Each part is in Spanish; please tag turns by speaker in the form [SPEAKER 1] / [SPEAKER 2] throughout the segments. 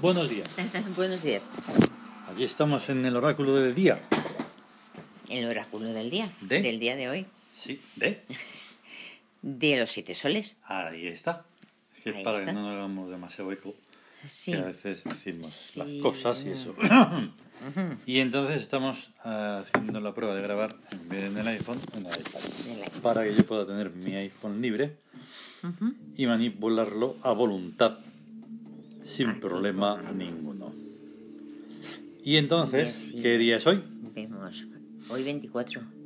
[SPEAKER 1] Buenos días.
[SPEAKER 2] Buenos días.
[SPEAKER 1] Aquí estamos en el oráculo del día.
[SPEAKER 2] El oráculo del día.
[SPEAKER 1] ¿De?
[SPEAKER 2] Del día de hoy.
[SPEAKER 1] Sí, de.
[SPEAKER 2] De los siete soles.
[SPEAKER 1] Ahí está. Es que
[SPEAKER 2] Ahí
[SPEAKER 1] para
[SPEAKER 2] está.
[SPEAKER 1] que no nos hagamos demasiado eco.
[SPEAKER 2] Sí.
[SPEAKER 1] Que a veces decimos
[SPEAKER 2] Sí.
[SPEAKER 1] las cosas y eso. y entonces estamos ah, haciendo la prueba de grabar en vez del iPhone en el iPad.
[SPEAKER 2] El iPhone.
[SPEAKER 1] Para que yo pueda tener mi iPhone libre y manipularlo a voluntad sin problema ninguno. Y entonces,
[SPEAKER 2] Sí, sí.
[SPEAKER 1] ¿qué día es hoy?
[SPEAKER 2] Vemos. Hoy 24 de,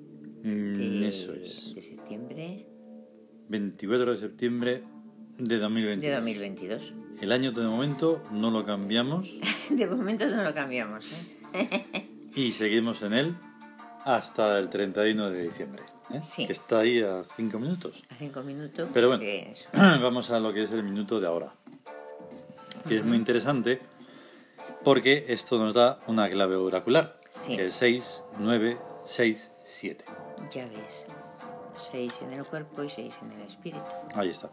[SPEAKER 1] Mm, eso es.
[SPEAKER 2] de septiembre
[SPEAKER 1] 24 de septiembre de
[SPEAKER 2] de
[SPEAKER 1] 2020.
[SPEAKER 2] 2022.
[SPEAKER 1] El año de momento no lo cambiamos
[SPEAKER 2] De momento no lo cambiamos. ¿eh?
[SPEAKER 1] y seguimos en él hasta el 31 de diciembre. ¿eh?
[SPEAKER 2] Sí.
[SPEAKER 1] Que está ahí a 5 minutos.
[SPEAKER 2] A cinco minutos.
[SPEAKER 1] Pero bueno,
[SPEAKER 2] que es-
[SPEAKER 1] vamos a lo que es el minuto de ahora. Que es muy interesante porque esto nos da una clave oracular.
[SPEAKER 2] Sí.
[SPEAKER 1] Que es 6, 9, 6, 7.
[SPEAKER 2] ya ves. Seis en el cuerpo y seis en el espíritu.
[SPEAKER 1] Ahí está.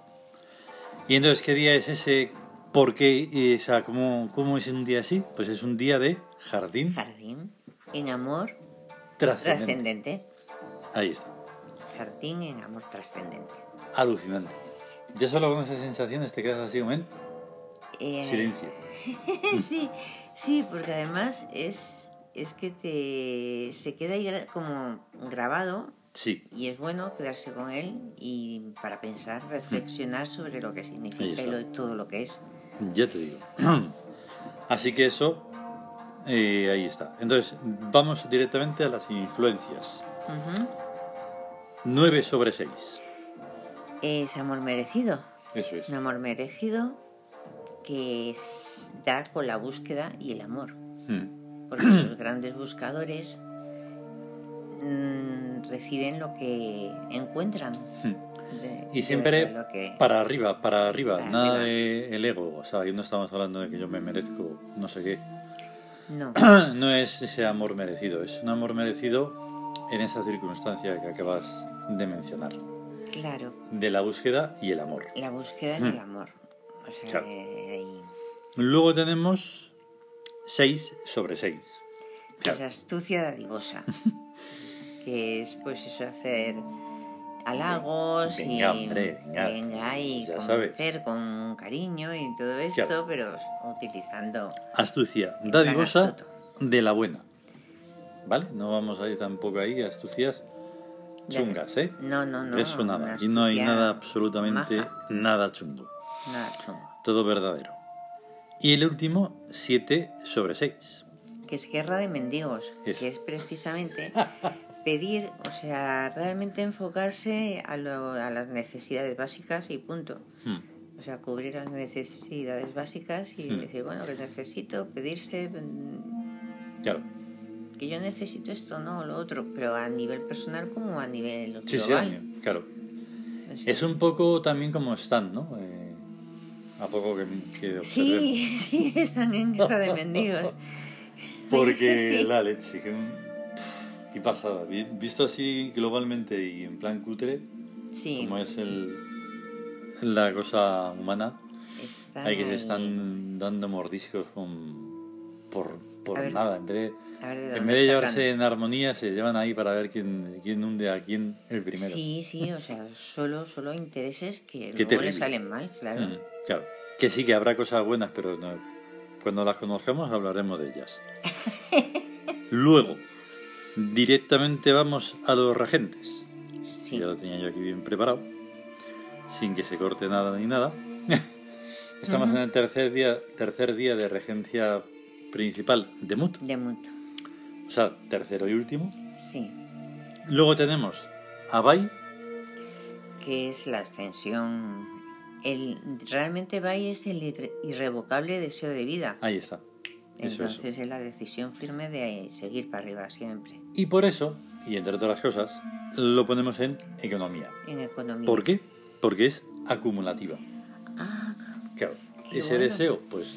[SPEAKER 1] Y entonces, ¿qué día es ese? ¿Por qué? Y, o sea, ¿cómo, ¿Cómo es un día así? Pues es un día de jardín
[SPEAKER 2] Jardín en amor
[SPEAKER 1] trascendente.
[SPEAKER 2] trascendente.
[SPEAKER 1] Ahí está.
[SPEAKER 2] Jardín en amor trascendente.
[SPEAKER 1] Alucinante. Ya solo con esas sensaciones te quedas así, men.
[SPEAKER 2] Eh,
[SPEAKER 1] Silencio.
[SPEAKER 2] sí, sí, porque además es, es que te, se queda ahí gra- como grabado
[SPEAKER 1] Sí.
[SPEAKER 2] y es bueno quedarse con él y para pensar, reflexionar sobre lo que
[SPEAKER 1] Ahí
[SPEAKER 2] significa
[SPEAKER 1] está.
[SPEAKER 2] y lo- todo lo que es.
[SPEAKER 1] Ya te digo. Así que eso, eh, ahí está. Entonces, vamos directamente a las influencias.
[SPEAKER 2] Ujú.
[SPEAKER 1] 9 sobre 6.
[SPEAKER 2] Es amor merecido,
[SPEAKER 1] Eso es.
[SPEAKER 2] un amor merecido que es- da con la búsqueda y el amor,
[SPEAKER 1] Mm,
[SPEAKER 2] porque los grandes buscadores mm, reciben lo que encuentran.
[SPEAKER 1] mm.
[SPEAKER 2] de-
[SPEAKER 1] Y
[SPEAKER 2] de
[SPEAKER 1] siempre
[SPEAKER 2] verdad lo que-
[SPEAKER 1] para arriba, para arriba,
[SPEAKER 2] Para
[SPEAKER 1] nada
[SPEAKER 2] arriba.
[SPEAKER 1] de el ego. O sea, aquí no estamos hablando de que yo me merezco no sé qué.
[SPEAKER 2] No.
[SPEAKER 1] No es ese amor merecido, es un amor merecido en esa circunstancia que acabas de mencionar.
[SPEAKER 2] Claro,
[SPEAKER 1] De la búsqueda y el amor.
[SPEAKER 2] la búsqueda
[SPEAKER 1] Mm.
[SPEAKER 2] del amor. O sea,
[SPEAKER 1] Claro.
[SPEAKER 2] eh, ahí.
[SPEAKER 1] Luego tenemos 6 sobre 6. Claro.
[SPEAKER 2] Pues esa astucia dadivosa, que es pues eso, hacer halagos
[SPEAKER 1] Venga,
[SPEAKER 2] y
[SPEAKER 1] hombre, venga. Pues
[SPEAKER 2] venga, y
[SPEAKER 1] Ya sabes.
[SPEAKER 2] convencer con cariño y todo esto,
[SPEAKER 1] Claro.
[SPEAKER 2] pero utilizando
[SPEAKER 1] Astucia
[SPEAKER 2] En
[SPEAKER 1] dadivosa
[SPEAKER 2] plan astuto.
[SPEAKER 1] de la buena. ¿Vale? No vamos a ir tampoco ahí a astucias
[SPEAKER 2] Ya.
[SPEAKER 1] chungas, ¿eh?
[SPEAKER 2] no, no, no,
[SPEAKER 1] Eso
[SPEAKER 2] una
[SPEAKER 1] nada. Aquí no hay
[SPEAKER 2] astucia
[SPEAKER 1] nada absolutamente
[SPEAKER 2] maja,
[SPEAKER 1] nada chungo.
[SPEAKER 2] nada chungo.
[SPEAKER 1] Todo verdadero. Y el último, 7 sobre 6.
[SPEAKER 2] que es guerra de mendigos,
[SPEAKER 1] Eso.
[SPEAKER 2] que es precisamente pedir, o sea, realmente enfocarse a, lo- a las necesidades básicas y punto. O sea, cubrir las necesidades básicas y
[SPEAKER 1] Hmm.
[SPEAKER 2] decir, bueno, que necesito, pedirse, mm,
[SPEAKER 1] Claro.
[SPEAKER 2] que yo necesito esto, no, o lo otro, pero a nivel personal como a nivel global.
[SPEAKER 1] Sí, sí, Daniel, claro.
[SPEAKER 2] O sea,
[SPEAKER 1] Es un poco también como están, ¿no? Eh, a poco que, que observemos.
[SPEAKER 2] Sí, sí, están en guerra de mendigos.
[SPEAKER 1] Porque
[SPEAKER 2] Sí.
[SPEAKER 1] la leche, que un- qué pasada. Vi- Visto así globalmente y en plan cutre,
[SPEAKER 2] Sí,
[SPEAKER 1] como es el, la cosa humana,
[SPEAKER 2] están
[SPEAKER 1] hay que se
[SPEAKER 2] ahí.
[SPEAKER 1] están dando mordiscos con, por, por
[SPEAKER 2] A ver,
[SPEAKER 1] nada. En vez,
[SPEAKER 2] A ver,
[SPEAKER 1] de,
[SPEAKER 2] dónde
[SPEAKER 1] en vez de
[SPEAKER 2] sacan?
[SPEAKER 1] llevarse en armonía, se llevan ahí para ver quién, quién hunde a quién el primero.
[SPEAKER 2] Sí, sí, o sea, solo, solo intereses
[SPEAKER 1] Qué
[SPEAKER 2] que luego le
[SPEAKER 1] terrible.
[SPEAKER 2] salen mal, claro.
[SPEAKER 1] Mm, claro. Que sí, que habrá cosas buenas, pero no- cuando las conozcamos hablaremos de ellas. Luego, directamente vamos a los regentes.
[SPEAKER 2] Sí.
[SPEAKER 1] Ya lo tenía yo aquí bien preparado, sin que se corte nada ni nada. Estamos en el tercer día, tercer día de regencia principal de Mut,
[SPEAKER 2] De mutuo.
[SPEAKER 1] o sea, tercero y último.
[SPEAKER 2] Sí,
[SPEAKER 1] Luego tenemos a Bai,
[SPEAKER 2] que es la ascensión. El, realmente Bai es el irre- irrevocable deseo de vida.
[SPEAKER 1] ahí está. Ah, Eso, eso.
[SPEAKER 2] Entonces es la decisión firme de seguir para arriba siempre.
[SPEAKER 1] Y por eso, y entre otras cosas, lo ponemos en economía.
[SPEAKER 2] En economía.
[SPEAKER 1] ¿Por qué? Porque es acumulativa.
[SPEAKER 2] Ah, ca-
[SPEAKER 1] Claro.
[SPEAKER 2] Qué
[SPEAKER 1] Ese
[SPEAKER 2] bueno.
[SPEAKER 1] deseo, pues,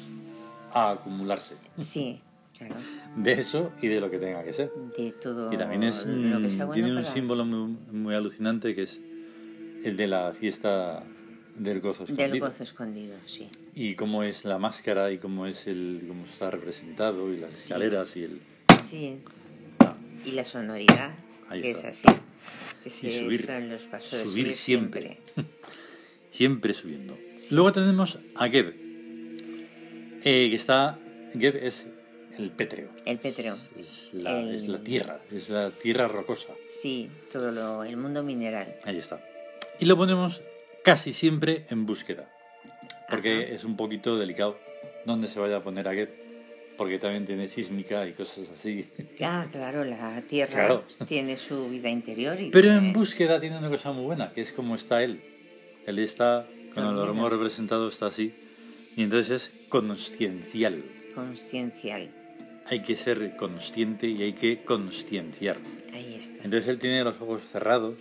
[SPEAKER 1] a acumularse.
[SPEAKER 2] sí, claro.
[SPEAKER 1] De eso y de lo que tenga que ser.
[SPEAKER 2] De todo
[SPEAKER 1] Y también es,
[SPEAKER 2] lo que sea
[SPEAKER 1] mm,
[SPEAKER 2] bueno
[SPEAKER 1] tiene un
[SPEAKER 2] para-
[SPEAKER 1] símbolo muy, muy alucinante que es el de la fiesta Del gozo escondido.
[SPEAKER 2] Del gozo escondido, sí.
[SPEAKER 1] Y cómo es la máscara y cómo es el cómo está representado y las
[SPEAKER 2] Sí.
[SPEAKER 1] escaleras y el
[SPEAKER 2] Sí.
[SPEAKER 1] Ah,
[SPEAKER 2] Y la sonoridad,
[SPEAKER 1] Ahí
[SPEAKER 2] que
[SPEAKER 1] está.
[SPEAKER 2] es así. Que se
[SPEAKER 1] subir.
[SPEAKER 2] son los pasos de
[SPEAKER 1] Subir
[SPEAKER 2] subir
[SPEAKER 1] siempre.
[SPEAKER 2] siempre.
[SPEAKER 1] siempre subiendo.
[SPEAKER 2] Sí.
[SPEAKER 1] Luego tenemos a Geb. eh, que está Geb es el pétreo.
[SPEAKER 2] El pétreo.
[SPEAKER 1] Es, es la,
[SPEAKER 2] El-
[SPEAKER 1] es la tierra, es la tierra rocosa.
[SPEAKER 2] Sí, todo lo, el mundo mineral.
[SPEAKER 1] Ahí está. Y lo ponemos casi siempre en búsqueda. Porque
[SPEAKER 2] Ajá.
[SPEAKER 1] es un poquito delicado dónde se vaya a poner a Geb. Porque también tiene sísmica y cosas así.
[SPEAKER 2] Ah, claro, la tierra
[SPEAKER 1] Claro.
[SPEAKER 2] tiene su vida interior. Y
[SPEAKER 1] Pero
[SPEAKER 2] tiene-
[SPEAKER 1] en búsqueda tiene una cosa muy buena, que es como está él. Él está, con el
[SPEAKER 2] También.
[SPEAKER 1] hormón representado, está así. Y entonces es consciencial.
[SPEAKER 2] Consciencial.
[SPEAKER 1] Hay que ser consciente y hay que conscienciar.
[SPEAKER 2] Ahí está.
[SPEAKER 1] Entonces él tiene los ojos cerrados.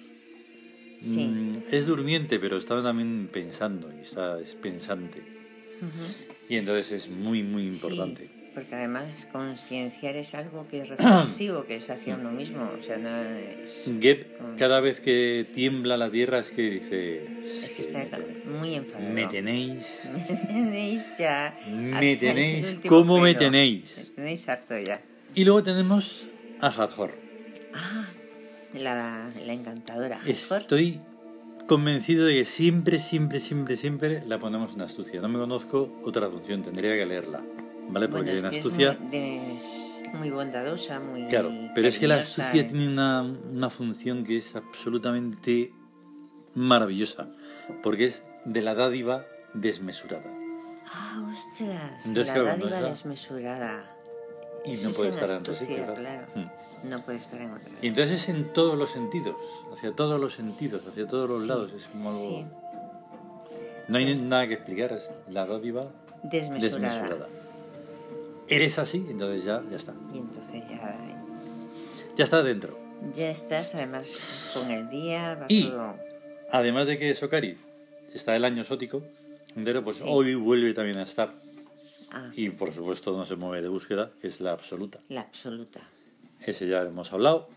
[SPEAKER 2] Sí.
[SPEAKER 1] Mm, Es durmiente, pero está también pensando y está, es pensante.
[SPEAKER 2] Ujú.
[SPEAKER 1] Y entonces es muy, muy
[SPEAKER 2] Sí,
[SPEAKER 1] importante.
[SPEAKER 2] porque además concienciar es algo que es reflexivo, que es hacia uno mismo. O sea, no es,
[SPEAKER 1] Geb,
[SPEAKER 2] Mm.
[SPEAKER 1] cada vez que tiembla la tierra, es que dice:
[SPEAKER 2] es
[SPEAKER 1] "Es
[SPEAKER 2] que
[SPEAKER 1] que
[SPEAKER 2] está
[SPEAKER 1] me ten-
[SPEAKER 2] muy enfadado.
[SPEAKER 1] me tenéis.
[SPEAKER 2] Me tenéis ya. hasta
[SPEAKER 1] Me
[SPEAKER 2] el
[SPEAKER 1] tenéis,
[SPEAKER 2] último
[SPEAKER 1] ¿cómo me
[SPEAKER 2] pelo. Me
[SPEAKER 1] tenéis?
[SPEAKER 2] tenéis harto ya.
[SPEAKER 1] Y luego tenemos a Hathor.
[SPEAKER 2] Ah, la, la encantadora. Hathor.
[SPEAKER 1] Estoy convencido de que siempre, siempre, siempre, siempre la ponemos en astucia. No me conozco otra traducción, tendría que leerla, ¿vale? Porque
[SPEAKER 2] Bueno,
[SPEAKER 1] en
[SPEAKER 2] es que es
[SPEAKER 1] astucia...
[SPEAKER 2] muy- de- es muy bondadosa, muy.
[SPEAKER 1] Claro, pero es que la
[SPEAKER 2] cariñosa,
[SPEAKER 1] astucia
[SPEAKER 2] eh.
[SPEAKER 1] tiene una, una función que es absolutamente maravillosa, porque es de la dádiva desmesurada.
[SPEAKER 2] Ah, ostras.
[SPEAKER 1] Entonces,
[SPEAKER 2] la
[SPEAKER 1] claro, cuando
[SPEAKER 2] dádiva
[SPEAKER 1] es la-
[SPEAKER 2] desmesurada.
[SPEAKER 1] Y
[SPEAKER 2] Eso
[SPEAKER 1] no
[SPEAKER 2] es
[SPEAKER 1] puede
[SPEAKER 2] en
[SPEAKER 1] estar en otro
[SPEAKER 2] astucia,
[SPEAKER 1] sitio, ¿verdad?
[SPEAKER 2] claro.
[SPEAKER 1] Mm.
[SPEAKER 2] No puede estar en otra.
[SPEAKER 1] Y entonces es en todos los sentidos, hacia todos los sentidos, hacia todos los
[SPEAKER 2] Sí,
[SPEAKER 1] lados. Es como algo...
[SPEAKER 2] sí.
[SPEAKER 1] No hay nada que explicar, es la dádiva
[SPEAKER 2] Desmesurada.
[SPEAKER 1] desmesurada. Eres así, entonces ya, ya está.
[SPEAKER 2] Y entonces ya,
[SPEAKER 1] Ya está dentro.
[SPEAKER 2] ya estás, además, con el día. Va
[SPEAKER 1] Y-
[SPEAKER 2] todo...
[SPEAKER 1] Además de que Socari está el año sótico entero, pues
[SPEAKER 2] Sí.
[SPEAKER 1] hoy vuelve también a estar.
[SPEAKER 2] Ah,
[SPEAKER 1] Y por supuesto no se mueve de búsqueda, que es la absoluta.
[SPEAKER 2] la absoluta.
[SPEAKER 1] Ese ya hemos hablado.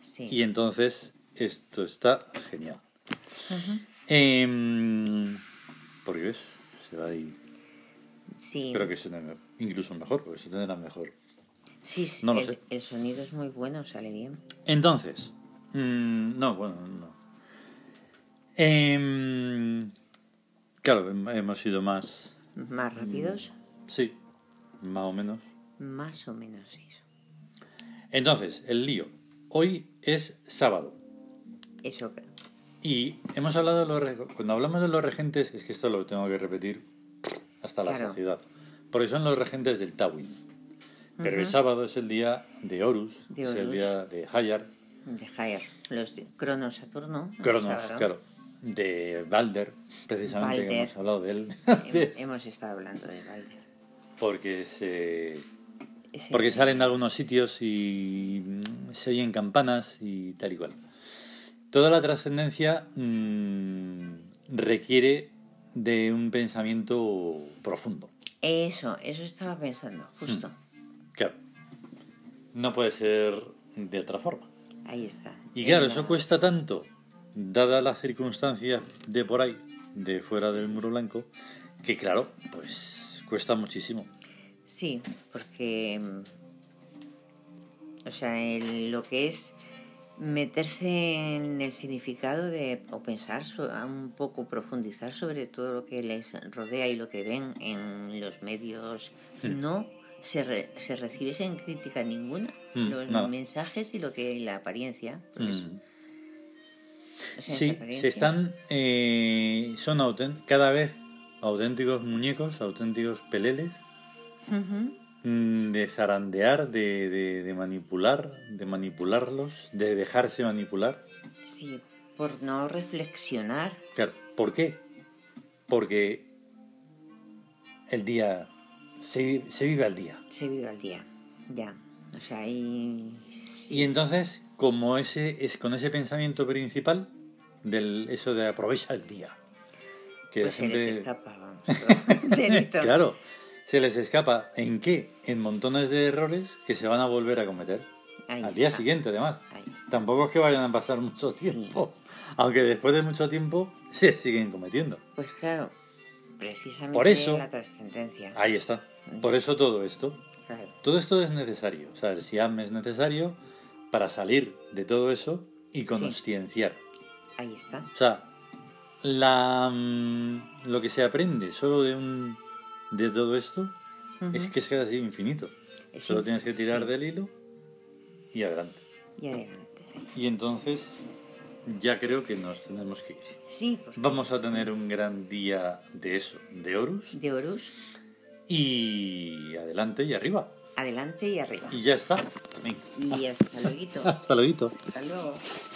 [SPEAKER 2] Sí.
[SPEAKER 1] Y entonces esto está genial.
[SPEAKER 2] Ujú.
[SPEAKER 1] Em, porque ves, se va ahí.
[SPEAKER 2] Sí.
[SPEAKER 1] Creo que suena me- incluso mejor, porque se tendrá mejor.
[SPEAKER 2] Sí, sí,
[SPEAKER 1] No lo
[SPEAKER 2] el,
[SPEAKER 1] sé.
[SPEAKER 2] el sonido es muy bueno, sale bien.
[SPEAKER 1] Entonces, mm, no, bueno, no. Em, claro, hem- hemos ido más, Mm.
[SPEAKER 2] Más rápidos,
[SPEAKER 1] sí, más o menos.
[SPEAKER 2] más o menos eso.
[SPEAKER 1] Entonces, el lío. Hoy es sábado.
[SPEAKER 2] Eso que-
[SPEAKER 1] Y hemos hablado de los reg- cuando hablamos de los regentes, es que esto lo tengo que repetir hasta la
[SPEAKER 2] Claro.
[SPEAKER 1] saciedad, porque son los regentes del Tawin. Pero el
[SPEAKER 2] Ujú.
[SPEAKER 1] sábado es el día de Horus,
[SPEAKER 2] De
[SPEAKER 1] es el
[SPEAKER 2] Horus.
[SPEAKER 1] día de Hayar,
[SPEAKER 2] de Jaer, los de Cronos Saturno. el
[SPEAKER 1] Cronos,
[SPEAKER 2] sábado,
[SPEAKER 1] claro, de Balder, precisamente que
[SPEAKER 2] Balder. Em,
[SPEAKER 1] hemos hablado de él
[SPEAKER 2] hem-
[SPEAKER 1] antes,
[SPEAKER 2] hemos estado hablando de Balder.
[SPEAKER 1] porque se
[SPEAKER 2] Ese-
[SPEAKER 1] porque salen en algunos sitios y mm, se oyen campanas y tal y cual. Toda la trascendencia mm, requiere de un pensamiento profundo.
[SPEAKER 2] Eso, eso estaba pensando, justo.
[SPEAKER 1] Mm. Claro. No puede ser de otra forma.
[SPEAKER 2] Ahí está.
[SPEAKER 1] Y claro,
[SPEAKER 2] Era-
[SPEAKER 1] eso cuesta tanto, dada las circunstancias de por ahí, de fuera del muro blanco, que claro, pues cuesta muchísimo.
[SPEAKER 2] Sí, porque. mm, O sea, el- lo que es meterse en el significado de o pensar so- a un poco profundizar sobre todo lo que les rodea y lo que ven en los medios
[SPEAKER 1] Hmm.
[SPEAKER 2] no se, re- se recibe sin crítica ninguna
[SPEAKER 1] Mm,
[SPEAKER 2] los
[SPEAKER 1] nada.
[SPEAKER 2] mensajes y lo que la apariencia porque es-
[SPEAKER 1] Mm.
[SPEAKER 2] o sea, la
[SPEAKER 1] Sí,
[SPEAKER 2] apariencia.
[SPEAKER 1] se están. eh, son autént- cada vez auténticos muñecos, auténticos peleles,
[SPEAKER 2] Ujú.
[SPEAKER 1] mm, de zarandear, de, de- de manipular, de manipularlos, de dejarse manipular.
[SPEAKER 2] sí por no reflexionar
[SPEAKER 1] Claro, ¿por qué? Porque el día. se, vi- se vive al día.
[SPEAKER 2] se vive al día ya o sea y
[SPEAKER 1] Y entonces, como ese es con ese pensamiento principal, del eso de aprovecha el día. Que la
[SPEAKER 2] Pues se les
[SPEAKER 1] gente-
[SPEAKER 2] escapa, vamos. Delito.
[SPEAKER 1] Claro, se les escapa. ¿En qué? En montones de errores que se van a volver a cometer.
[SPEAKER 2] Ahí
[SPEAKER 1] Al día
[SPEAKER 2] está.
[SPEAKER 1] siguiente, además.
[SPEAKER 2] Ahí está.
[SPEAKER 1] Tampoco es que vayan a pasar mucho
[SPEAKER 2] Sí.
[SPEAKER 1] tiempo. Aunque después de mucho tiempo se siguen cometiendo.
[SPEAKER 2] Pues claro, precisamente
[SPEAKER 1] Por eso- ah.
[SPEAKER 2] la trascendencia.
[SPEAKER 1] Ahí está. Por eso todo esto.
[SPEAKER 2] Claro.
[SPEAKER 1] Todo esto es necesario. O sea, el SIAM es necesario para salir de todo eso y concienciar.
[SPEAKER 2] Ahí está.
[SPEAKER 1] O sea, la, mm, lo que se aprende solo de, un, de todo esto
[SPEAKER 2] Ujú.
[SPEAKER 1] es que es casi infinito.
[SPEAKER 2] Es
[SPEAKER 1] Solo
[SPEAKER 2] infinito,
[SPEAKER 1] tienes que tirar
[SPEAKER 2] sí.
[SPEAKER 1] del hilo y adelante.
[SPEAKER 2] Y adelante. ¿eh?
[SPEAKER 1] Y entonces ya creo que nos tenemos que ir.
[SPEAKER 2] Sí, pues, por-
[SPEAKER 1] Vamos a tener un gran día de eso, de Horus.
[SPEAKER 2] de Horus,
[SPEAKER 1] Y adelante y arriba.
[SPEAKER 2] adelante y arriba.
[SPEAKER 1] Y ya está. Venga.
[SPEAKER 2] Y hasta luego.
[SPEAKER 1] Hasta luego.
[SPEAKER 2] Hasta luego.